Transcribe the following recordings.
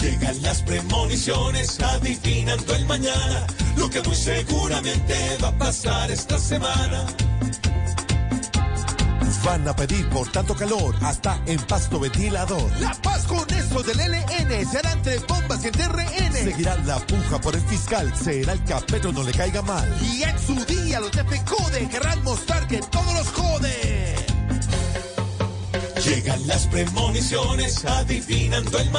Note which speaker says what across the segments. Speaker 1: Llegan las premoniciones adivinando el mañana, lo que muy seguramente va a pasar esta semana.
Speaker 2: Van a pedir por tanto calor hasta en pasto ventilador.
Speaker 3: La paz con estos del LN será entre bombas y entre rehenes.
Speaker 2: Seguirá la puja por el fiscal, será el capetro no le caiga mal.
Speaker 3: Y en su día los de FECODE querrán mostrar que todos los jode.
Speaker 1: Llegan las premoniciones adivinando el mañana.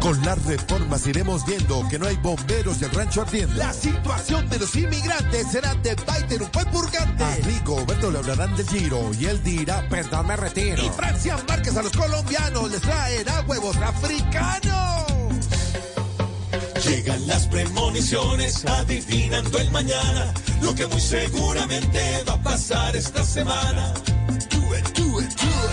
Speaker 2: Con las reformas iremos viendo que no hay bomberos y el rancho ardiendo.
Speaker 3: La situación de los inmigrantes será de Biden un país purgante.
Speaker 2: A Rigoberto le hablarán del giro y él dirá, perdón, "Pues me retiro.
Speaker 3: Y Francia Márquez a los colombianos les traerá huevos africanos.
Speaker 1: Llegan las premoniciones adivinando el mañana, lo que muy seguramente va a pasar esta semana. Do it, do it, do it.